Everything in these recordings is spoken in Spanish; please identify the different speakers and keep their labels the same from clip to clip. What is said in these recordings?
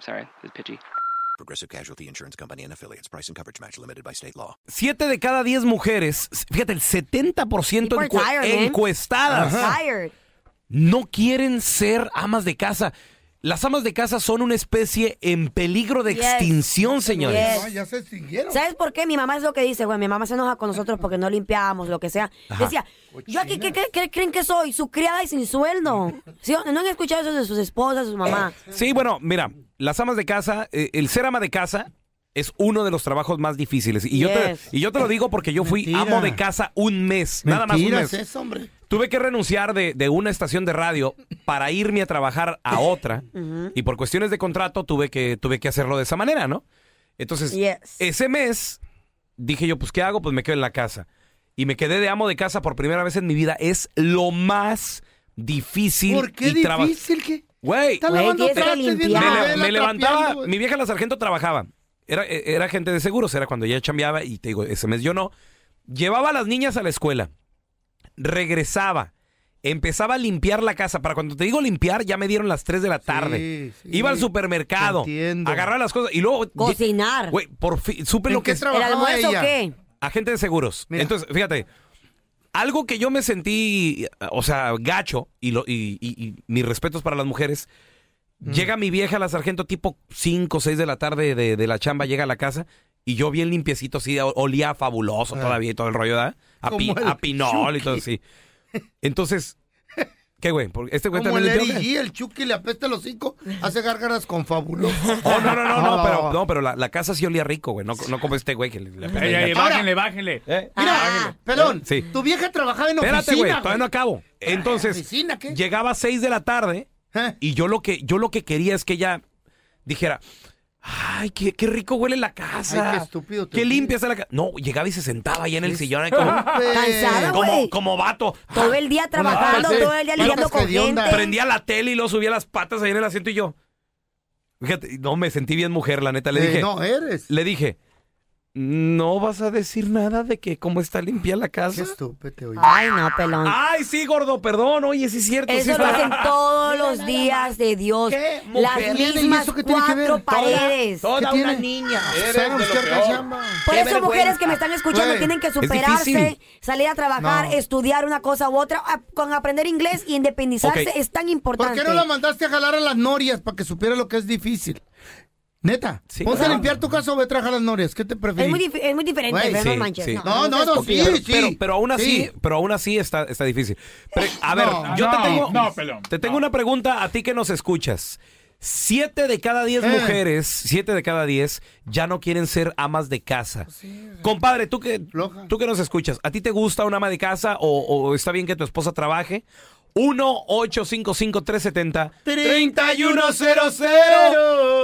Speaker 1: Sorry, this is pitchy.
Speaker 2: Progressive Casualty Insurance Company and affiliates. Price and coverage match limited by state law.
Speaker 3: Siete de cada diez mujeres, fíjate, el 70%
Speaker 4: People are
Speaker 3: encue-
Speaker 4: tired, man.
Speaker 3: encuestadas
Speaker 4: Tired.
Speaker 3: no quieren ser amas de casa. Las amas de casa son una especie en peligro de
Speaker 4: Yes.
Speaker 3: extinción, señores.
Speaker 4: Yes.
Speaker 5: ya se extinguieron.
Speaker 4: Pues, ¿Sabes por qué? Mi mamá es lo que dice, güey. Mi mamá se enoja con nosotros porque no limpiábamos, lo que sea.
Speaker 3: Ajá.
Speaker 4: Decía, ¿yo aquí ¿qué, qué- qué creen que soy? Su criada y sin sueldo. ¿Sí? ¿No han escuchado eso de sus esposas, sus mamás?
Speaker 3: Sí, bueno, mira, las amas de casa, eh, el ser ama de casa es uno de los trabajos más difíciles. Y, yo, te,
Speaker 4: Yes.
Speaker 3: y yo te lo digo porque yo fui
Speaker 5: Mentira.
Speaker 3: amo de casa un mes, nada más un
Speaker 5: Mentiras
Speaker 3: mes.
Speaker 5: eso, hombre.
Speaker 3: Tuve que renunciar de, de una estación de radio para irme a trabajar a otra. Y por cuestiones de contrato tuve que, tuve que hacerlo de esa manera, ¿no? Entonces,
Speaker 5: Eh,
Speaker 4: Yes.
Speaker 3: ese mes dije yo, pues, ¿qué hago? Pues me quedo en la casa. Y me quedé de amo de casa por primera vez en mi vida. Es lo más difícil.
Speaker 5: ¿Por qué
Speaker 3: y traba-
Speaker 5: difícil que?
Speaker 3: Güey,
Speaker 5: Está
Speaker 4: Güey,
Speaker 5: lavando
Speaker 4: tienes que
Speaker 5: trastes, viendo
Speaker 3: me,
Speaker 4: limpiar.
Speaker 3: le-
Speaker 5: novela,
Speaker 3: me levantaba,
Speaker 5: trapeando, güey.
Speaker 3: mi vieja la sargento trabajaba. Era, e- era gente de seguros, era cuando ya chambeaba y te digo, ese mes yo no. Llevaba a las niñas a la escuela, regresaba, empezaba a limpiar la casa. Para cuando te digo limpiar, ya me dieron las 3 de la tarde.
Speaker 5: sí,
Speaker 3: Iba al supermercado,
Speaker 5: te entiendo.
Speaker 3: agarraba las cosas y luego...
Speaker 4: Cocinar.
Speaker 3: Güey, por fin, supe
Speaker 5: ¿En
Speaker 3: lo que
Speaker 5: qué
Speaker 3: es
Speaker 4: ¿El
Speaker 5: trabajaba
Speaker 4: almuerzo
Speaker 5: ella?
Speaker 4: qué?
Speaker 3: agente de seguros.
Speaker 5: Mira.
Speaker 3: Entonces, fíjate, algo que yo me sentí, o sea, gacho, y, lo, y, y- y mis respetos para las mujeres,
Speaker 5: Mm.
Speaker 3: llega mi vieja, la sargento, tipo 5 o 6 de la tarde de, de la chamba, llega a la casa, y yo bien limpiecito, así, o- olía fabuloso todavía y todo el rollo, ¿verdad? A,
Speaker 5: Ah. Como
Speaker 3: pi-
Speaker 5: el
Speaker 3: a pinol y todo así. Entonces, ¿qué güey? Porque este güey
Speaker 5: Como el
Speaker 3: también limpió,
Speaker 5: Eric
Speaker 3: ¿qué?
Speaker 5: G, el Chucky le apesta los cinco, hace gárgaras con fabuloso. Ah,
Speaker 3: Oh, no, no, no,
Speaker 5: Va,
Speaker 3: no,
Speaker 5: va,
Speaker 3: pero,
Speaker 5: va.
Speaker 3: no, pero la, la casa sí olía rico, güey. No, no como este güey que le, le-
Speaker 6: Ey, ey,
Speaker 5: Ahora-
Speaker 6: bájenle, bájenle.
Speaker 3: ¿Eh?
Speaker 5: Mira,
Speaker 4: Ah.
Speaker 5: perdón,
Speaker 3: Sí.
Speaker 5: tu vieja trabajaba en
Speaker 3: Espérate, güey,
Speaker 5: oficina.
Speaker 3: todavía no acabo. Entonces,
Speaker 5: ¿Oficina qué?
Speaker 3: llegaba a 6 de la tarde
Speaker 5: ¿Eh?
Speaker 3: y yo lo que, yo lo que quería es que ella dijera, ay, qué, qué rico huele la casa.
Speaker 5: Ay, qué estúpido te
Speaker 3: Qué
Speaker 5: fui".
Speaker 3: limpia está la casa. No, llegaba y se sentaba ahí en el sillón ahí como,
Speaker 5: Pues,
Speaker 4: Cansada,
Speaker 3: como,
Speaker 4: güey.
Speaker 3: como vato. Ah,
Speaker 4: Todo el día trabajando,
Speaker 5: sí.
Speaker 4: todo el día
Speaker 5: Bueno,
Speaker 4: lidiando
Speaker 5: pues,
Speaker 4: con
Speaker 5: que de onda.
Speaker 4: gente.
Speaker 3: Prendía la tele y luego subía las patas ahí en el asiento y yo. Fíjate, no, me sentí bien mujer, la neta. Le
Speaker 5: eh,
Speaker 3: dije,
Speaker 5: no eres.
Speaker 3: le dije, no vas a decir nada de que cómo está limpia la
Speaker 5: Qué
Speaker 3: casa.
Speaker 5: estúpido, oye.
Speaker 3: Ah,
Speaker 4: Ay, no, pelón.
Speaker 5: Ah,
Speaker 3: Ay, sí, gordo, perdón, oye, sí es
Speaker 5: pues
Speaker 3: cierto. sí
Speaker 4: Eso lo
Speaker 3: está-
Speaker 4: hacen todos los días de Dios.
Speaker 5: ¿Qué?
Speaker 4: Las
Speaker 5: Mujer. ¿Y eso
Speaker 4: mismas
Speaker 5: qué tiene que ver?
Speaker 4: cuatro
Speaker 5: Toda-
Speaker 4: paredes.
Speaker 5: ¿Qué
Speaker 6: Toda una
Speaker 5: tiene?
Speaker 6: niña.
Speaker 5: Se van a buscar cachamba.
Speaker 4: Por eso, mujeres que me están escuchando,
Speaker 5: Güey.
Speaker 4: tienen que
Speaker 3: difícil.
Speaker 4: superarse, salir a trabajar,
Speaker 5: No.
Speaker 4: estudiar una cosa u otra, a- con aprender inglés y independizarse
Speaker 3: Ok.
Speaker 4: es tan
Speaker 5: ¿Por
Speaker 4: importante.
Speaker 5: qué no la mandaste a jalar a las norias para que supiera lo que es difícil? Neta,
Speaker 3: Sí,
Speaker 5: ponte
Speaker 3: claro.
Speaker 5: a limpiar tu casa o vete a jalar las norias. ¿Qué te
Speaker 4: es, muy
Speaker 5: prefieres?
Speaker 4: dif- es muy diferente,
Speaker 5: Güey,
Speaker 4: pero
Speaker 3: sí,
Speaker 4: no manches.
Speaker 3: sí.
Speaker 5: No, no, no, sí,
Speaker 3: pero,
Speaker 5: sí.
Speaker 3: pero, pero aún así,
Speaker 5: Sí.
Speaker 3: pero aún así está, está difícil. Pero, a
Speaker 5: No,
Speaker 3: ver,
Speaker 5: no,
Speaker 3: yo te tengo,
Speaker 6: no, pelón,
Speaker 3: te tengo
Speaker 6: no.
Speaker 3: una pregunta a ti que nos escuchas. Siete de cada diez
Speaker 5: Eh.
Speaker 3: mujeres, siete de cada diez, ya no quieren ser amas de casa.
Speaker 6: Pues
Speaker 3: Compadre, tú que,
Speaker 5: Floja.
Speaker 3: tú que nos escuchas, ¿a ti te gusta una ama de casa o, o está bien que tu esposa trabaje? 1-855-370-3100.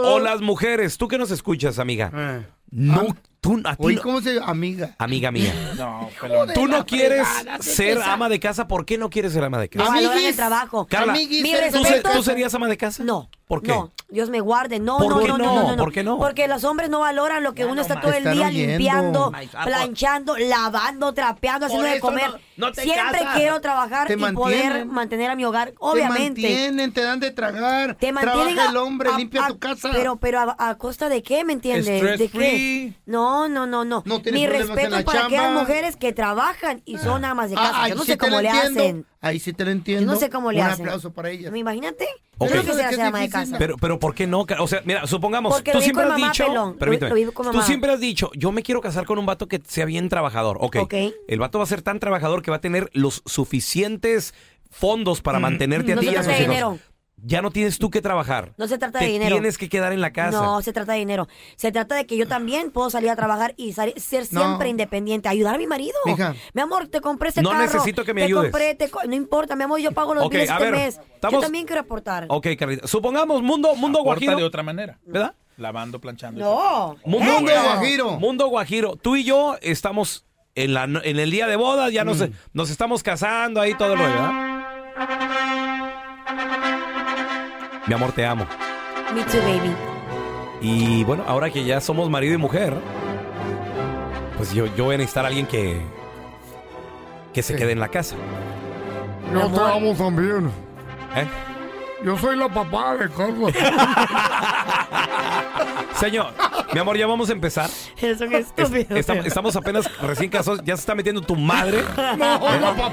Speaker 3: O las mujeres, tú que nos escuchas, amiga.
Speaker 5: Eh.
Speaker 3: No, tú, a ti
Speaker 5: Oye,
Speaker 3: no-
Speaker 5: ¿cómo se llama? Amiga.
Speaker 3: Amiga mía.
Speaker 6: No, pelón.
Speaker 3: Tú no quieres ser ama de casa. ¿Por qué no quieres ser ama de
Speaker 4: No
Speaker 3: casa?
Speaker 4: valoran
Speaker 5: Amiguis.
Speaker 4: el trabajo.
Speaker 3: Carla,
Speaker 5: amiguis,
Speaker 4: Mi
Speaker 5: eres-
Speaker 3: ¿Tú, se-
Speaker 4: respeto.
Speaker 3: tú serías ama de casa?
Speaker 4: No.
Speaker 3: ¿Por qué?
Speaker 4: No, Dios me guarde. No,
Speaker 3: ¿Por
Speaker 4: no,
Speaker 3: qué
Speaker 4: no, no,
Speaker 3: no?
Speaker 4: no, no,
Speaker 3: ¿Por qué no?
Speaker 4: Porque los hombres no valoran lo que uno está
Speaker 5: nomás.
Speaker 4: todo el
Speaker 5: Están
Speaker 4: día
Speaker 5: oyendo.
Speaker 4: limpiando,
Speaker 3: Ay, ah, por-
Speaker 4: planchando, lavando, trapeando, haciendo de
Speaker 5: eso
Speaker 4: comer.
Speaker 3: no- no te
Speaker 4: Siempre
Speaker 3: casas.
Speaker 4: quiero trabajar
Speaker 5: Te
Speaker 4: y poder
Speaker 5: mantienen.
Speaker 4: mantener a mi hogar, obviamente.
Speaker 5: Te mantienen, te dan de tragar.
Speaker 4: Te mantienen
Speaker 5: Trabaja
Speaker 4: a-
Speaker 5: el hombre,
Speaker 4: a-
Speaker 5: limpia
Speaker 4: a-
Speaker 5: tu casa.
Speaker 4: Pero, pero a, a costa de qué, ¿me entiendes?
Speaker 3: Stress
Speaker 4: ¿De
Speaker 3: free.
Speaker 4: qué? No, no, no, no.
Speaker 5: No tienen
Speaker 4: Mi
Speaker 5: problemas en
Speaker 4: respeto
Speaker 5: la
Speaker 4: es para aquellas
Speaker 5: chamba.
Speaker 4: mujeres que trabajan y son amas pues, de
Speaker 5: Ah,
Speaker 4: casa.
Speaker 5: ahí
Speaker 4: Yo no
Speaker 5: sí
Speaker 4: sé
Speaker 5: te
Speaker 4: cómo le
Speaker 5: la entiendo.
Speaker 4: hacen.
Speaker 5: Ahí sí te lo
Speaker 4: Yo
Speaker 5: entiendo.
Speaker 4: no sé cómo le
Speaker 5: Un
Speaker 4: hacen.
Speaker 5: aplauso para ellas.
Speaker 4: ¿Me imagínate?
Speaker 3: Ok.
Speaker 4: Yo no quisiera
Speaker 5: Es que
Speaker 4: ser
Speaker 5: es
Speaker 4: ama de
Speaker 5: difícil,
Speaker 4: casa.
Speaker 5: ¿no?
Speaker 3: Pero, pero ¿por qué no? O sea, mira, supongamos,
Speaker 4: Porque
Speaker 3: tú
Speaker 4: lo vi
Speaker 3: siempre
Speaker 4: con
Speaker 3: has
Speaker 4: mamá,
Speaker 3: dicho,
Speaker 4: pelón. Lo-
Speaker 3: permíteme,
Speaker 4: lo vi con
Speaker 3: tú
Speaker 4: mamá.
Speaker 3: siempre has dicho, yo me quiero casar con un vato que sea bien trabajador. Ok.
Speaker 4: Ok.
Speaker 3: El vato va a ser tan trabajador que va a tener los suficientes fondos para mantenerte
Speaker 4: Mm.
Speaker 3: a
Speaker 4: No
Speaker 3: ti
Speaker 4: se
Speaker 3: y a
Speaker 4: trata
Speaker 3: sus
Speaker 4: de
Speaker 3: hijos.
Speaker 4: dinero.
Speaker 3: Ya no tienes tú que trabajar.
Speaker 4: No se trata
Speaker 3: Te
Speaker 4: de dinero.
Speaker 3: Tienes que quedar en la casa.
Speaker 4: No, se trata de dinero. Se trata de que yo también puedo salir a trabajar y sali- ser
Speaker 5: No.
Speaker 4: siempre independiente, ayudar a mi marido.
Speaker 5: Mija.
Speaker 4: Mi amor, te compré este
Speaker 3: No
Speaker 4: carro.
Speaker 3: necesito que me
Speaker 4: te
Speaker 3: ayudes.
Speaker 4: Compré, te co- no importa, mi amor, yo pago los
Speaker 3: Ok,
Speaker 4: biles
Speaker 3: a
Speaker 4: este
Speaker 3: ver,
Speaker 4: mes.
Speaker 3: estamos-
Speaker 4: Yo también quiero aportar.
Speaker 3: Ok, Carlita. Supongamos mundo, mundo
Speaker 6: Aporta
Speaker 3: guajiro.
Speaker 6: de otra manera.
Speaker 3: ¿Verdad?
Speaker 6: Lavando, planchando. y
Speaker 4: No.
Speaker 3: Mundo,
Speaker 4: Eso.
Speaker 5: Mundo guajiro.
Speaker 3: Mundo guajiro. Tú y yo estamos en, la, no- en el día de boda, ya
Speaker 5: Mm.
Speaker 3: nos, nos estamos casando ahí todo el rollo, ¿eh? ¿verdad? Mi amor, te amo.
Speaker 4: Me too, baby.
Speaker 3: Y bueno, ahora que ya somos marido y mujer, pues yo, yo voy a necesitar a alguien que, que se quede en la casa.
Speaker 4: No, te amo
Speaker 5: también.
Speaker 3: ¿eh?
Speaker 5: Yo soy la papá de Carlos.
Speaker 3: Señor, mi amor, ya vamos a empezar.
Speaker 4: Eso es
Speaker 3: Es-
Speaker 4: estúpido.
Speaker 3: estamos, estamos apenas recién casados, ya se está metiendo tu madre.
Speaker 5: la Ah, papá.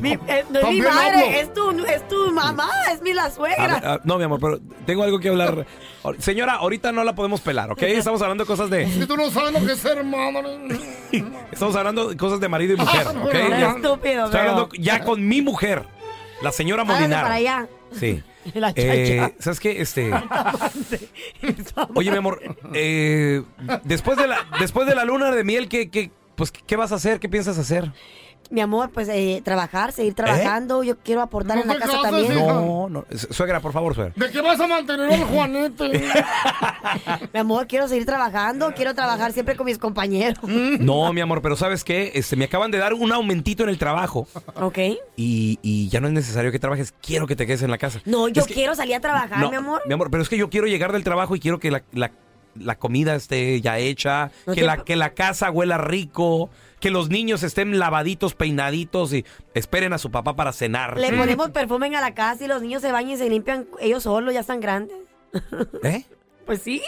Speaker 4: Mi- eh, no es mi
Speaker 5: También hablo.
Speaker 4: madre, es tu, es tu mamá, es mi la
Speaker 3: A
Speaker 4: suegra.
Speaker 3: ver, a- no, mi amor, pero tengo algo que hablar. Ahor- Señora, ahorita no la podemos pelar, ¿ok? Estamos hablando de cosas de.
Speaker 5: Si tú no sabes lo que es hermano.
Speaker 3: Estamos hablando de cosas de marido y mujer, ¿ok?
Speaker 4: Ah, No,
Speaker 3: Ya-
Speaker 4: estúpido,
Speaker 3: estoy hablando
Speaker 4: pero-
Speaker 3: ya con mi mujer, la señora
Speaker 4: Hágale
Speaker 3: Molinar.
Speaker 4: para allá.
Speaker 3: Sí.
Speaker 4: La
Speaker 3: Eh, ¿Sabes qué? Este. Oye, mi amor, eh, después, de la, después de la luna de miel, ¿qué, qué, pues, ¿qué vas a hacer? ¿Qué piensas hacer?
Speaker 4: Mi amor, pues eh, trabajar, seguir trabajando. Yo quiero aportar
Speaker 5: No
Speaker 4: en la
Speaker 5: te
Speaker 4: casa
Speaker 5: cases,
Speaker 4: también.
Speaker 5: hija.
Speaker 3: No, no. Suegra, por favor, suegra.
Speaker 5: ¿De qué vas a mantener al Juanete?
Speaker 4: Mi amor, quiero seguir trabajando. Quiero trabajar siempre con mis compañeros.
Speaker 3: Mm. No, mi amor, pero ¿sabes qué? Este, me acaban de dar un aumentito en el trabajo.
Speaker 4: ¿Ok?
Speaker 3: y, y ya no es necesario que trabajes, quiero que te quedes en la casa.
Speaker 4: No, yo
Speaker 3: Es que-
Speaker 4: quiero salir a trabajar,
Speaker 3: No,
Speaker 4: mi amor.
Speaker 3: Mi amor, pero es que yo quiero llegar del trabajo y quiero que la, la- la comida esté ya hecha,
Speaker 4: No
Speaker 3: que,
Speaker 4: te-
Speaker 3: la, que la casa huela rico, que los niños estén lavaditos, peinaditos y esperen a su papá para cenar.
Speaker 4: Le ponemos perfume a la casa y los niños se bañan y se limpian ellos solos, ya están grandes.
Speaker 3: ¿Eh?
Speaker 4: Pues sí.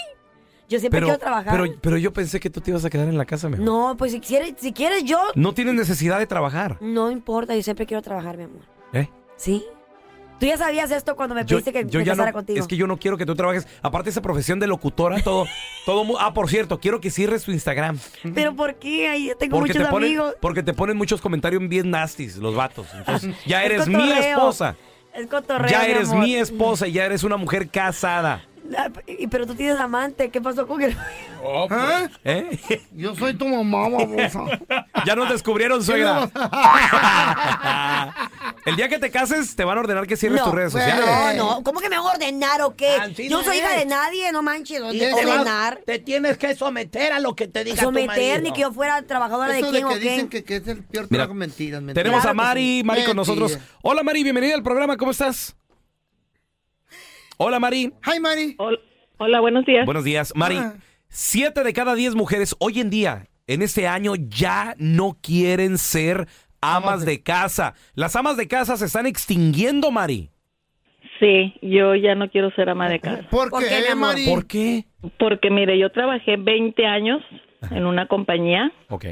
Speaker 4: Yo siempre
Speaker 3: Pero,
Speaker 4: quiero trabajar.
Speaker 3: pero, pero yo pensé que tú te ibas a quedar en la casa, mi amor.
Speaker 4: No, pues si quieres, si quieres yo,
Speaker 3: No tienes necesidad de trabajar.
Speaker 4: no importa, yo siempre quiero trabajar, mi amor.
Speaker 3: ¿eh?
Speaker 4: ¿Sí? Tú ya sabías esto cuando me pediste que me
Speaker 3: ya
Speaker 4: casara
Speaker 3: no,
Speaker 4: contigo.
Speaker 3: Es que yo no quiero que tú trabajes. Aparte, esa profesión de locutora, todo. todo mu- ah, por cierto, quiero que cierres tu Instagram.
Speaker 4: Pero ¿por qué? Ahí yo tengo
Speaker 3: Porque
Speaker 4: muchos
Speaker 3: te, ponen,
Speaker 4: amigos.
Speaker 3: porque te ponen muchos comentarios bien nasties los vatos. Entonces, ya
Speaker 4: Es
Speaker 3: eres mi
Speaker 4: cotorreo.
Speaker 3: esposa.
Speaker 4: Es cotorreo.
Speaker 3: ya
Speaker 4: mi
Speaker 3: eres
Speaker 4: amor.
Speaker 3: mi esposa y ya eres una mujer casada.
Speaker 4: Ah, y- Pero tú tienes amante. ¿Qué pasó con él?
Speaker 5: ¿Eh?
Speaker 3: ¿eh?
Speaker 5: Yo soy tu mamá, babosa.
Speaker 3: ya nos descubrieron, suegra. El día que te cases, te van a ordenar que cierres
Speaker 4: No,
Speaker 3: tus redes
Speaker 5: güey.
Speaker 3: sociales.
Speaker 4: No, no. ¿Cómo que me van a ordenar o qué?
Speaker 6: Así
Speaker 4: Yo no soy
Speaker 6: es.
Speaker 4: hija de nadie, no manches.
Speaker 6: Y
Speaker 4: ¿dónde
Speaker 6: ese vato,
Speaker 4: Ordenar.
Speaker 6: Te tienes que someter a lo que te diga tu marido.
Speaker 4: Someter ni que yo fuera trabajadora de
Speaker 5: Eso de
Speaker 4: quién o
Speaker 5: que dicen
Speaker 4: qué.
Speaker 5: que, que es el peor
Speaker 3: Mira,
Speaker 5: trabajo, mentiras, mentiras.
Speaker 3: Tenemos
Speaker 4: Claro
Speaker 3: a
Speaker 4: que
Speaker 3: Mari,
Speaker 5: sí.
Speaker 3: Mari con
Speaker 5: Mentira.
Speaker 3: nosotros. Hola Mari, bienvenida al programa, ¿cómo estás? Hola Mari.
Speaker 5: Hi, Mari.
Speaker 7: Hol- Hola, buenos días.
Speaker 3: Buenos días, Mari.
Speaker 5: Ah.
Speaker 3: Siete de cada diez mujeres hoy en día, en este año, ya no quieren ser amas de casa. Las amas de casa se están extinguiendo, Mari.
Speaker 7: Sí, yo ya no quiero ser ama de casa.
Speaker 5: ¿Por
Speaker 4: ¿Por
Speaker 5: qué,
Speaker 4: qué, mi amor?
Speaker 5: Mari?
Speaker 3: ¿Por qué?
Speaker 7: Porque mire, yo trabajé 20 años en una compañía.
Speaker 3: Ok.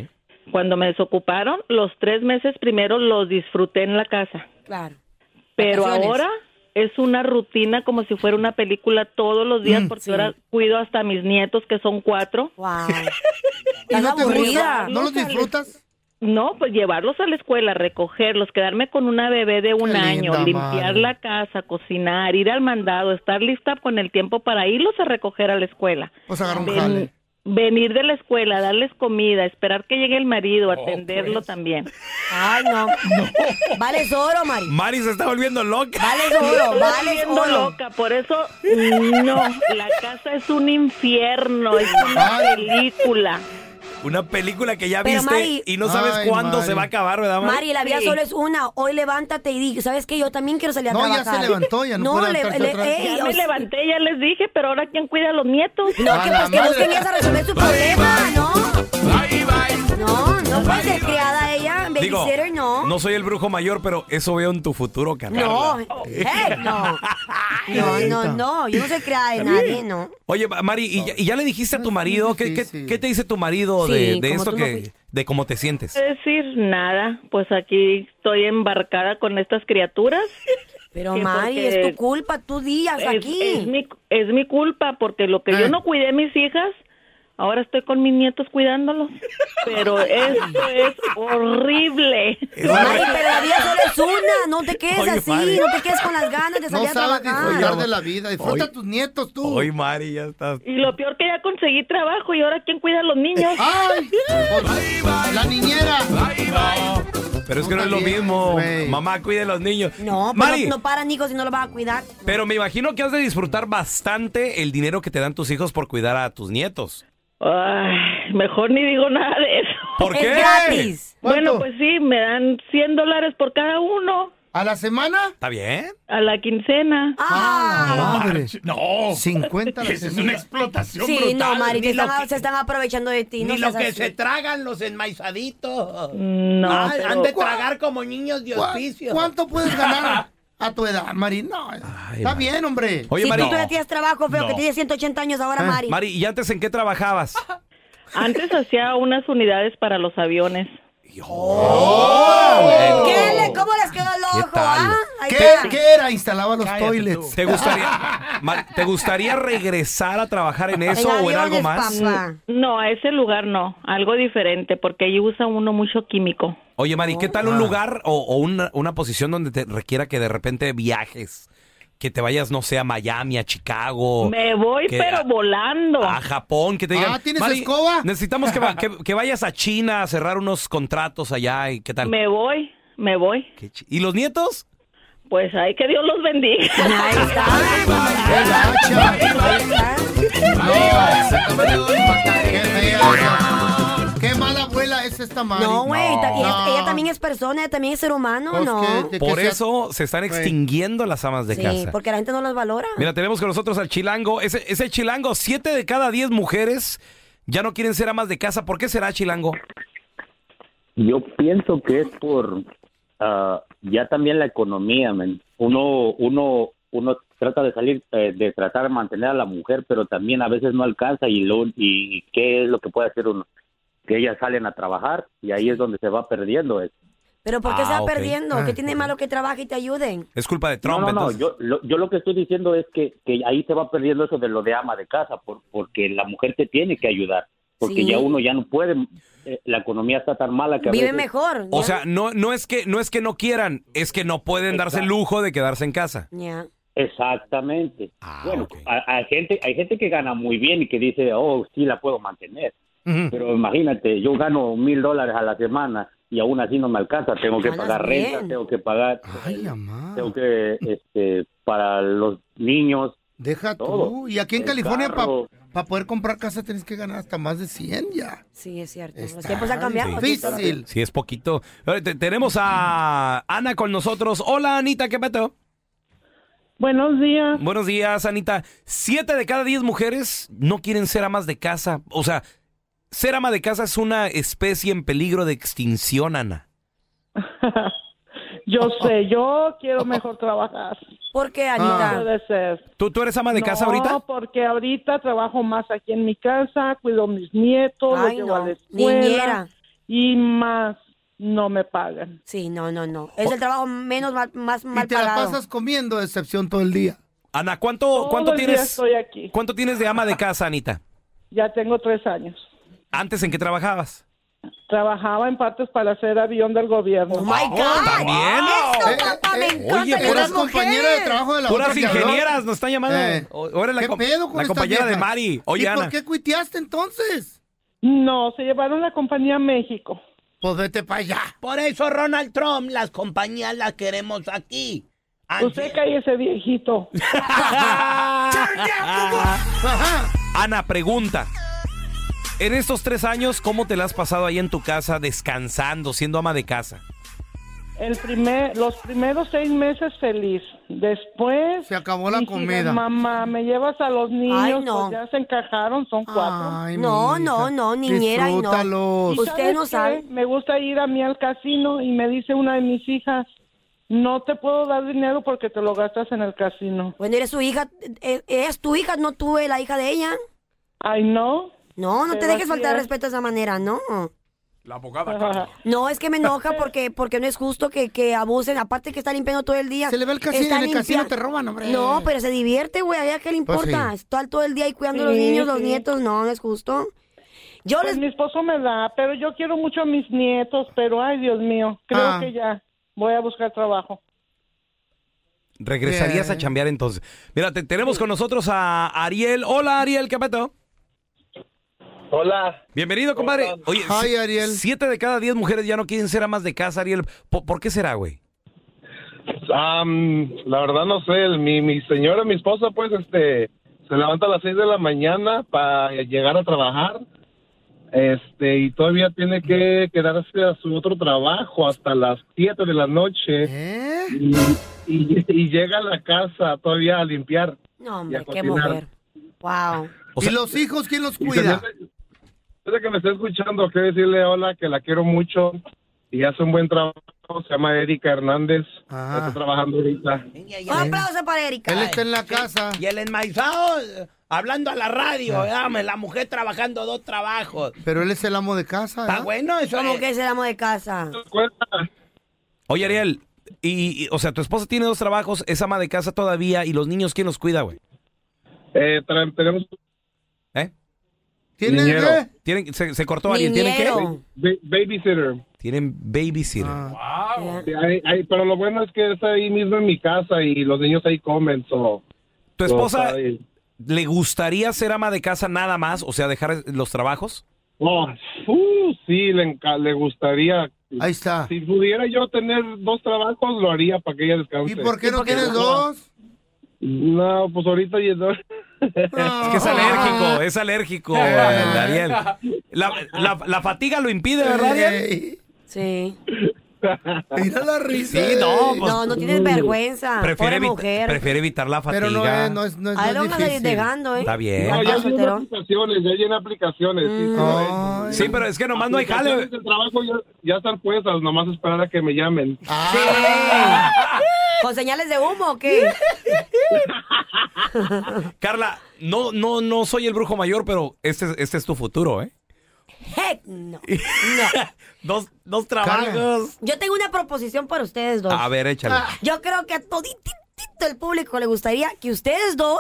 Speaker 7: Cuando me desocuparon, los tres meses primero los disfruté en la casa.
Speaker 4: Claro.
Speaker 7: Pero
Speaker 4: Vacaciones.
Speaker 7: ahora es una rutina como si fuera una película todos los
Speaker 5: Mm,
Speaker 7: días porque
Speaker 4: sí.
Speaker 7: ahora cuido hasta a mis nietos que son cuatro.
Speaker 4: Wow.
Speaker 5: ¿Y
Speaker 4: Estás
Speaker 5: no, te
Speaker 4: aburrida.
Speaker 5: gusta? ¿No los disfrutas?
Speaker 7: No, pues llevarlos a la escuela, recogerlos, quedarme con una bebé de un
Speaker 5: Qué
Speaker 7: año,
Speaker 5: linda
Speaker 7: limpiar
Speaker 5: madre.
Speaker 7: la casa, cocinar, ir al mandado, estar lista con el tiempo para irlos a recoger a la escuela.
Speaker 5: Pues agarra un
Speaker 7: Ven-
Speaker 5: jale.
Speaker 7: venir de la escuela, darles comida, esperar que llegue el marido,
Speaker 5: Oh,
Speaker 7: atenderlo
Speaker 6: pues.
Speaker 7: también.
Speaker 4: Ay, no. Vales oro, Mari.
Speaker 3: Mari se está volviendo loca.
Speaker 4: Vales oro,
Speaker 7: Estoy
Speaker 4: vales
Speaker 7: siendo
Speaker 4: oro.
Speaker 7: loca, por eso no, la casa es un infierno, es una
Speaker 5: Ay.
Speaker 7: película.
Speaker 3: Una película que ya
Speaker 4: Pero,
Speaker 3: viste
Speaker 4: Mari-
Speaker 3: y no sabes
Speaker 5: Ay,
Speaker 3: cuándo
Speaker 5: Mari.
Speaker 3: se va a acabar, ¿verdad, Mari?
Speaker 4: Mari, la vida solo es una. Hoy levántate y di, ¿sabes qué? Yo también quiero salir a
Speaker 5: No, ya
Speaker 4: trabajar.
Speaker 5: se levantó, ya no puede levantarse otra vez.
Speaker 4: ey,
Speaker 7: Ya
Speaker 4: o
Speaker 7: me
Speaker 4: sea,
Speaker 7: levanté, ya les dije, pero ahora ¿quién cuida a los nietos?
Speaker 4: No,
Speaker 5: A
Speaker 4: que
Speaker 5: la
Speaker 4: pues que
Speaker 5: madre.
Speaker 4: busquen ellas a resolver su problema, ¿no? No, no puede ser criada ella,
Speaker 3: Digo,
Speaker 4: babysitter, no.
Speaker 3: no soy el brujo mayor, pero eso veo en tu futuro, Carla.
Speaker 4: No, eh,
Speaker 7: Oh.
Speaker 4: no. No, no, no, yo no soy criada de nadie, no.
Speaker 3: Oye, Ma- Mari, ¿y ya, y ya le dijiste a tu
Speaker 5: Es muy
Speaker 3: marido? ¿Qué, qué-
Speaker 5: difícil.
Speaker 3: qué te dice tu marido
Speaker 4: Sí,
Speaker 3: de, de
Speaker 4: como tú
Speaker 3: esto
Speaker 4: no
Speaker 3: que,
Speaker 4: fuiste.
Speaker 3: de cómo te sientes?
Speaker 7: decir nada, pues aquí estoy embarcada con estas criaturas.
Speaker 4: Pero
Speaker 7: Sí,
Speaker 4: Mari,
Speaker 7: porque
Speaker 4: es tu culpa, tú días
Speaker 7: Es,
Speaker 4: pues aquí.
Speaker 7: es mi, es mi culpa porque lo que
Speaker 5: Ah.
Speaker 7: yo no cuidé a mis hijas, ahora estoy con mis nietos cuidándolos. Pero esto es horrible.
Speaker 4: Mari, pero la vida solo es una, no te quedes
Speaker 3: Oye,
Speaker 4: así,
Speaker 3: Mari.
Speaker 4: no te quedes con las ganas de
Speaker 5: No
Speaker 4: salir a
Speaker 5: sabes
Speaker 4: trabajar.
Speaker 5: disfrutar de la vida. Disfruta
Speaker 3: Hoy-
Speaker 5: a tus nietos tú.
Speaker 3: Hoy, Mari, ya estás.
Speaker 7: Y lo peor que ya conseguí trabajo y ahora ¿quién cuida a los niños?
Speaker 5: ¡Ay! Pues, la niñera.
Speaker 3: Pero es que no es lo
Speaker 5: También,
Speaker 3: mismo.
Speaker 5: güey.
Speaker 3: Mamá, cuide a los niños.
Speaker 4: No, pero
Speaker 3: Mari,
Speaker 4: no paran, hijo, si no lo vas a cuidar.
Speaker 3: pero me imagino que has de disfrutar bastante el dinero que te dan tus hijos por cuidar a tus nietos.
Speaker 7: Ay, mejor ni digo nada de eso.
Speaker 3: ¿Por qué?
Speaker 4: Es gratis.
Speaker 5: ¿Cuánto?
Speaker 7: Bueno, pues sí, me dan 100 dólares por cada uno
Speaker 5: ¿A la semana?
Speaker 3: ¿Está bien?
Speaker 7: a la quincena.
Speaker 4: Ah,
Speaker 5: Madre.
Speaker 6: No,
Speaker 5: 50 a la
Speaker 6: es una
Speaker 5: semana.
Speaker 6: explotación
Speaker 4: sí,
Speaker 6: brutal.
Speaker 4: no, Mari, te
Speaker 6: Ni lo
Speaker 4: están-
Speaker 6: que-
Speaker 4: se están aprovechando de ti. no
Speaker 6: Ni lo
Speaker 4: seas
Speaker 6: que
Speaker 4: así.
Speaker 6: se tragan los enmaizaditos.
Speaker 7: No,
Speaker 6: Ah,
Speaker 7: pero-
Speaker 6: han de tragar como niños de
Speaker 5: ¿Cuá-
Speaker 6: hospicio.
Speaker 5: ¿Cuánto puedes ganar a tu edad, Mari? No, está
Speaker 3: Mari.
Speaker 5: bien, hombre.
Speaker 3: Oye,
Speaker 4: si
Speaker 3: Mari,
Speaker 4: tú todavía tienes trabajo, feo, que
Speaker 6: No.
Speaker 4: tienes 180 años ahora, Mari.
Speaker 3: Mari, ¿y antes en qué trabajabas?
Speaker 7: Antes hacía unas unidades para los aviones.
Speaker 4: ¿Qué le, ¿Cómo les quedó el ojo?
Speaker 3: tal?
Speaker 4: ah? Ahí
Speaker 5: ¿Qué,
Speaker 4: está.
Speaker 5: qué era? Instalaba los
Speaker 6: Cállate
Speaker 5: toilets.
Speaker 3: ¿Te gustaría, Mari, ¿Te gustaría regresar a trabajar en eso o en algo
Speaker 4: aviones,
Speaker 3: más?
Speaker 4: papá.
Speaker 7: No, a ese lugar no, algo diferente, porque allí usa uno mucho químico.
Speaker 3: Oye, Mari, ¿qué
Speaker 5: Ah.
Speaker 3: tal un lugar o, o una, una posición donde te requiera que de repente viajes? Que te vayas, no sé, a Miami, a Chicago.
Speaker 7: Me voy,
Speaker 3: que
Speaker 7: pero
Speaker 3: Oh, a-
Speaker 7: volando.
Speaker 3: A Japón, que te digan.
Speaker 5: Ah, ¿tienes
Speaker 3: "Mari,
Speaker 5: escoba?"
Speaker 3: Necesitamos que, va- que- que vayas a China a cerrar unos contratos allá y qué tal.
Speaker 7: Me voy, me voy.
Speaker 3: Qué chi- ¿Y los nietos?
Speaker 7: Pues ay, que Dios los bendiga.
Speaker 4: Ahí está.
Speaker 5: ¡Qué gacha!
Speaker 4: Ahí está.
Speaker 5: ¡Qué fea! ¡Qué mala abuela es esta, Mari!
Speaker 4: No, güey, ta- Ella,
Speaker 5: No.
Speaker 4: ella también es persona, ella también es ser humano,
Speaker 5: Pues
Speaker 4: ¿no?
Speaker 5: que- que
Speaker 3: Por
Speaker 5: sea-
Speaker 3: eso se están extinguiendo las amas de
Speaker 4: Sí,
Speaker 3: casa.
Speaker 4: porque la gente no las valora.
Speaker 3: Mira, tenemos con nosotros al chilango. Es, es el chilango. Siete de cada diez mujeres ya no quieren ser amas de casa. ¿Por qué será chilango?
Speaker 8: Yo pienso que es por ah, ya también la economía, men. Uno, uno, uno trata de salir, eh, de tratar de mantener a la mujer, pero también a veces no alcanza y lo, y, y qué es lo que puede hacer uno, que ellas salen a trabajar y ahí es donde se va perdiendo eso.
Speaker 4: Pero ¿por qué se
Speaker 3: Ah,
Speaker 4: va
Speaker 3: ok.
Speaker 4: perdiendo? ¿Qué tiene de malo que trabaje y te ayuden?
Speaker 3: Es culpa de
Speaker 8: No,
Speaker 3: Trump.
Speaker 8: no, no,
Speaker 3: entonces.
Speaker 8: yo, lo, yo lo que estoy diciendo es que, que ahí se va perdiendo eso de lo de ama de casa, por, porque la mujer te tiene que ayudar, porque
Speaker 4: Sí.
Speaker 8: ya uno ya no puede, eh, la economía está tan mala que a
Speaker 4: Vive
Speaker 8: veces-
Speaker 4: mejor.
Speaker 3: O
Speaker 4: ya.
Speaker 3: sea, no, no es que no es que no quieran, es que no pueden darse el lujo de quedarse en casa.
Speaker 4: Ya.
Speaker 8: Exactamente.
Speaker 3: Ah,
Speaker 8: bueno,
Speaker 3: ok.
Speaker 8: a- hay, gente, hay gente que gana muy bien y que dice, oh, sí la puedo mantener. Pero imagínate, yo gano mil dólares a la semana y aún así no me alcanza. Tengo que
Speaker 4: Ganas
Speaker 8: pagar
Speaker 4: bien.
Speaker 8: renta, tengo que pagar,
Speaker 5: Ay, amá.
Speaker 8: tengo que, este, para los niños.
Speaker 5: Deja
Speaker 8: Todo.
Speaker 5: tú. Y aquí en
Speaker 8: El
Speaker 5: California, para
Speaker 8: carro.
Speaker 5: poder comprar casa, tienes que ganar hasta más de 100 ya.
Speaker 4: Sí, es cierto. Pues Los
Speaker 5: Está
Speaker 4: tiempos han cambiado. sí, está bien.
Speaker 5: Difícil.
Speaker 3: Sí, es poquito. A ver, te- tenemos a Ana con nosotros. Hola, Anita, ¿qué pato?
Speaker 7: Buenos días.
Speaker 3: Buenos días, Anita. Siete de cada diez mujeres no quieren ser amas de casa. O sea, ser ama de casa es una especie en peligro de extinción, Ana.
Speaker 7: Yo sé, yo quiero mejor trabajar.
Speaker 4: ¿Por qué,
Speaker 5: Ah.
Speaker 4: Anita?
Speaker 7: Puede ser.
Speaker 3: ¿Tú, tú eres ama de casa ahorita?
Speaker 7: porque ahorita trabajo más aquí en mi casa, cuido a mis nietos,
Speaker 4: Ay, no. Niñera.
Speaker 7: y más no me pagan.
Speaker 4: Sí, no, no, no. Es el trabajo menos mal, más mal
Speaker 5: Oh. Y te la
Speaker 4: pagado.
Speaker 5: pasas comiendo de excepción todo el día.
Speaker 3: Ana, ¿cuánto, cuánto tienes?
Speaker 7: aquí.
Speaker 3: ¿Cuánto tienes de ama de casa, Anita?
Speaker 7: Ya tengo tres años.
Speaker 3: ¿Antes en qué trabajabas?
Speaker 7: Trabajaba en partes para hacer avión del gobierno.
Speaker 4: ¡Oh, my God!
Speaker 3: ¿También?
Speaker 4: ¡Eso,
Speaker 5: Eh,
Speaker 4: papá! ¡Me
Speaker 5: eh,
Speaker 4: encanta
Speaker 3: oye,
Speaker 4: que
Speaker 3: puras
Speaker 5: Eras
Speaker 4: eres
Speaker 5: compañera de trabajo de la
Speaker 3: Puras
Speaker 5: otra que habló.
Speaker 3: ingenieras nos están llamando.
Speaker 5: Eh,
Speaker 3: O- o eres la,
Speaker 5: ¿Qué
Speaker 3: com-
Speaker 5: pedo con
Speaker 3: la
Speaker 5: estas
Speaker 3: compañera de
Speaker 5: viejas?
Speaker 3: Mari. Oye,
Speaker 5: ¿Y
Speaker 3: Ana.
Speaker 5: por qué cuiteaste entonces?
Speaker 7: No, se llevaron la compañía a México.
Speaker 5: Pues vete para allá.
Speaker 6: Por eso, Ronald Trump, las compañías las queremos aquí. Así-
Speaker 7: Usted cae ese viejito.
Speaker 3: Ana, pregunta. En estos tres años, ¿cómo te la has pasado ahí en tu casa, descansando, siendo ama de casa?
Speaker 9: El primer, los primeros seis meses feliz. Después. Se
Speaker 5: acabó la comida.
Speaker 9: Mamá, me llevas a los niños.
Speaker 4: Ay, no.
Speaker 9: pues ya se encajaron, son cuatro.
Speaker 4: No, no, no, niñera y no.
Speaker 9: ¿Y
Speaker 4: Usted
Speaker 9: sabes
Speaker 4: no
Speaker 9: qué?
Speaker 4: sabe.
Speaker 9: Me gusta ir a mí al casino y me dice una de mis hijas, no te puedo dar dinero porque te lo gastas en el casino.
Speaker 4: Bueno, eres su hija, eh, eres tu hija, no tú, eh, la hija de ella.
Speaker 9: Ay, no.
Speaker 4: No, no te
Speaker 9: Pero
Speaker 4: dejes
Speaker 9: así
Speaker 4: faltar
Speaker 9: es.
Speaker 4: respeto de esa manera, no.
Speaker 10: La abogada, Carla.
Speaker 4: No, es que me enoja porque porque no es justo que, que abusen. Aparte que está limpiando todo el día. Se le ve el
Speaker 5: casino, en el casino te roban, hombre.
Speaker 4: No, pero se divierte, güey. ¿A ella qué le
Speaker 5: Pues
Speaker 4: importa?
Speaker 5: sí.
Speaker 4: Está todo el día ahí cuidando a los
Speaker 9: Sí,
Speaker 4: niños, los
Speaker 9: sí.
Speaker 4: nietos. No, no es justo. Yo
Speaker 9: Pues Mi esposo me da, pero yo quiero mucho a mis nietos, pero ay, Dios mío, creo
Speaker 3: Ah.
Speaker 9: que ya voy a buscar trabajo.
Speaker 3: Regresarías a chambear entonces. Mira, te- tenemos con nosotros a Ariel. Hola, Ariel, ¿qué pasó?
Speaker 11: Hola.
Speaker 3: Bienvenido, compadre. Oye, si- siete de cada diez mujeres ya no quieren ser amas de casa, Ariel. ¿Por, por qué será, güey?
Speaker 11: Am, la verdad no sé, el- mi, mi señora, mi esposa, pues, este, se levanta a las 6 de la mañana para llegar a trabajar, este, y todavía tiene que quedarse a su otro trabajo hasta las 7 de la noche.
Speaker 5: ¿Eh?
Speaker 11: Y, y- y llega a la casa todavía a limpiar.
Speaker 4: No,
Speaker 11: y
Speaker 4: hombre,
Speaker 11: a
Speaker 4: qué
Speaker 11: cocinar.
Speaker 4: mujer. Wow.
Speaker 5: ¿Y los hijos quién los
Speaker 11: Y
Speaker 5: cuida?
Speaker 11: también- desde que me está escuchando, quiero decirle hola, que la quiero mucho y hace un buen trabajo. Se llama Erika Hernández. Está trabajando ahorita.
Speaker 4: Un aplauso para Erika.
Speaker 5: Él está en la casa.
Speaker 6: Y el enmaizado eh, hablando a la radio,
Speaker 3: Ah.
Speaker 6: dame, la mujer trabajando dos trabajos.
Speaker 5: Pero él es el amo de casa.
Speaker 3: Ah.
Speaker 6: Está bueno eso.
Speaker 4: ¿Cómo que es el amo de casa?
Speaker 3: Oye, Ariel, y, y, o sea, tu esposa tiene dos trabajos, es ama de casa todavía, y los niños, ¿quién los cuida, güey?
Speaker 11: tenemos...
Speaker 3: ¿Eh?
Speaker 11: ¿Tienen Niñero. qué?
Speaker 3: Tienen- se, se cortó, Ariel. ¿Tienen qué?
Speaker 11: Ba- babysitter.
Speaker 3: Tienen babysitter.
Speaker 5: Ah.
Speaker 11: Sí, ahí- ahí, pero lo bueno es que está ahí mismo en mi casa y los niños ahí comen. so-
Speaker 3: ¿Tu
Speaker 11: so
Speaker 3: esposa
Speaker 11: está bien.
Speaker 3: le gustaría ser ama de casa nada más? O sea, dejar los trabajos.
Speaker 11: Oh, uh, sí, le, enca- le gustaría.
Speaker 5: Ahí está.
Speaker 11: Si pudiera yo tener dos trabajos, lo haría para que ella descanse.
Speaker 5: ¿Y por qué no tienes dos?
Speaker 11: No, pues ahorita y no.
Speaker 3: Es que es alérgico,
Speaker 4: Ah.
Speaker 3: es alérgico, el Ariel. La, la- la fatiga lo impide, ¿verdad,
Speaker 4: Eh,
Speaker 3: Ariel?
Speaker 4: Sí.
Speaker 5: Mira la risa.
Speaker 3: Sí, no, pues-
Speaker 4: no, no tienes vergüenza.
Speaker 5: mm,
Speaker 3: Prefiere,
Speaker 4: Pobre
Speaker 3: evit-
Speaker 4: mujer. eh,
Speaker 3: prefiere evitar la fatiga.
Speaker 5: Pero no es, no es, no es, no
Speaker 4: Ahí
Speaker 5: es
Speaker 4: lo van a ir
Speaker 5: difícil.
Speaker 4: dejando, ¿eh?
Speaker 3: Está
Speaker 11: No,
Speaker 3: bien.
Speaker 11: ya
Speaker 4: Ah,
Speaker 11: llena
Speaker 4: solterón.
Speaker 11: aplicaciones, ya llena aplicaciones. sí, sí, lo he hecho.
Speaker 3: Sí, pero es que Mm. Oh. nomás no hay jale.
Speaker 11: Aplicaciones del trabajo ya, ya están puestas, nomás esperar a que me llamen.
Speaker 4: ¿Con señales de humo o qué?
Speaker 3: Carla, no, no, no soy el brujo mayor, pero este, es- este es tu futuro, ¿eh?
Speaker 4: Heck no.
Speaker 3: Dos, dos trabajos.
Speaker 4: Yo tengo una proposición para ustedes dos.
Speaker 3: A ver, échale.
Speaker 4: Ah, Yo creo que a toditito el público le gustaría que ustedes dos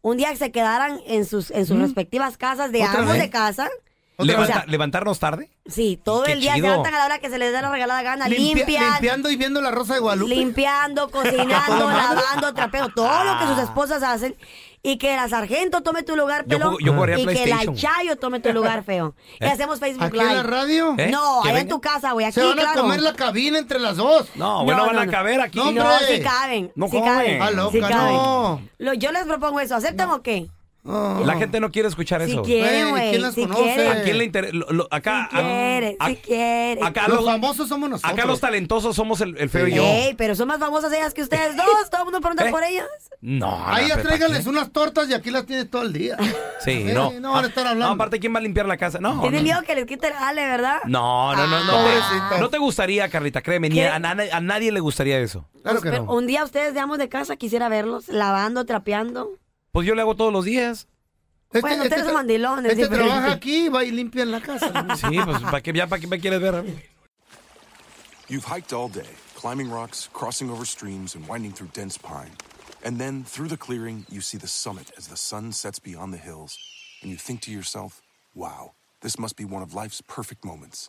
Speaker 4: un día se quedaran en sus, en sus respectivas casas de
Speaker 3: Mm. ¿Otra
Speaker 4: ambos
Speaker 3: vez?
Speaker 4: de casa.
Speaker 3: Levanta-
Speaker 4: O sea,
Speaker 3: ¿Levantarnos tarde?
Speaker 4: sí, todo
Speaker 3: Qué
Speaker 4: el día
Speaker 3: chido.
Speaker 4: se levantan a la hora que se les da la regalada gana.
Speaker 5: Limpia-
Speaker 4: limpian,
Speaker 5: Limpiando y viendo la rosa de Guadalupe.
Speaker 4: limpiando, cocinando, lavando, trapeando, todo lo que sus esposas hacen. Y que la sargento tome tu lugar,
Speaker 3: Ah. Yo
Speaker 4: pelo.
Speaker 3: juego- yo
Speaker 4: y
Speaker 3: jugaría
Speaker 4: que la
Speaker 3: PlayStation.
Speaker 4: chayo tome tu lugar, feo. Y
Speaker 3: ¿Eh?
Speaker 4: hacemos Facebook
Speaker 3: ¿Aquí en
Speaker 4: Live.
Speaker 3: la radio? ¿Eh?
Speaker 4: No,
Speaker 3: ¿Que
Speaker 4: allá en
Speaker 3: venga?
Speaker 4: tu casa, güey. Aquí,
Speaker 5: Se van a
Speaker 4: claro.
Speaker 5: comer la cabina entre las dos.
Speaker 3: No, bueno, van a caber aquí.
Speaker 4: No,
Speaker 5: hombre.
Speaker 4: sí caben.
Speaker 3: No
Speaker 4: sí
Speaker 3: comen.
Speaker 4: caben.
Speaker 3: Ah, loca,
Speaker 4: sí caben.
Speaker 3: no.
Speaker 4: Lo- yo les propongo eso. ¿Aceptan o qué?
Speaker 5: Ah.
Speaker 3: La gente no quiere escuchar
Speaker 4: Si
Speaker 3: eso.
Speaker 4: quiere, güey. si
Speaker 3: ¿A
Speaker 4: quiere.
Speaker 3: quién le interesa? Lo- lo- acá,
Speaker 4: Si quiere,
Speaker 3: a-
Speaker 4: si quiere.
Speaker 3: acá los,
Speaker 5: somos
Speaker 3: acá los talentosos somos el, el feo y yo. ¿Eh?
Speaker 4: Ey, pero son más famosas ellas que ustedes dos. Todo el mundo pregunta por ellas.
Speaker 3: No,
Speaker 5: Ahí
Speaker 3: la
Speaker 5: ya
Speaker 3: Pepa,
Speaker 5: tráiganles
Speaker 3: ¿quién?
Speaker 5: unas tortas y aquí las tienes todo el día.
Speaker 3: Sí,
Speaker 5: Eh,
Speaker 3: no.
Speaker 5: no van a estar hablando.
Speaker 3: No, aparte, ¿quién va a limpiar la casa? No.
Speaker 4: Tienen
Speaker 3: no.
Speaker 4: miedo que les quite el ale, ¿verdad?
Speaker 3: No, no, no, no.
Speaker 4: Pobrecito.
Speaker 3: No te gustaría, Carlita, créeme, ni a, na- a nadie le gustaría eso.
Speaker 5: Claro
Speaker 4: Pero Pues, un día ustedes de amos de casa quisiera verlos lavando, trapeando.
Speaker 3: Pues yo le hago todos los días.
Speaker 4: bueno, ustedes son mandilones.
Speaker 5: Este
Speaker 4: diferente.
Speaker 5: trabaja aquí y va y limpia en la casa.
Speaker 3: Sí, pues ¿para qué, ya, ¿para qué me quieres ver? a mí?
Speaker 10: You've hiked all day, climbing rocks, crossing over streams, and winding through dense pine. And then, through the clearing, you see the summit as the sun sets beyond the hills. And you think to yourself, wow, this must be one of life's perfect moments.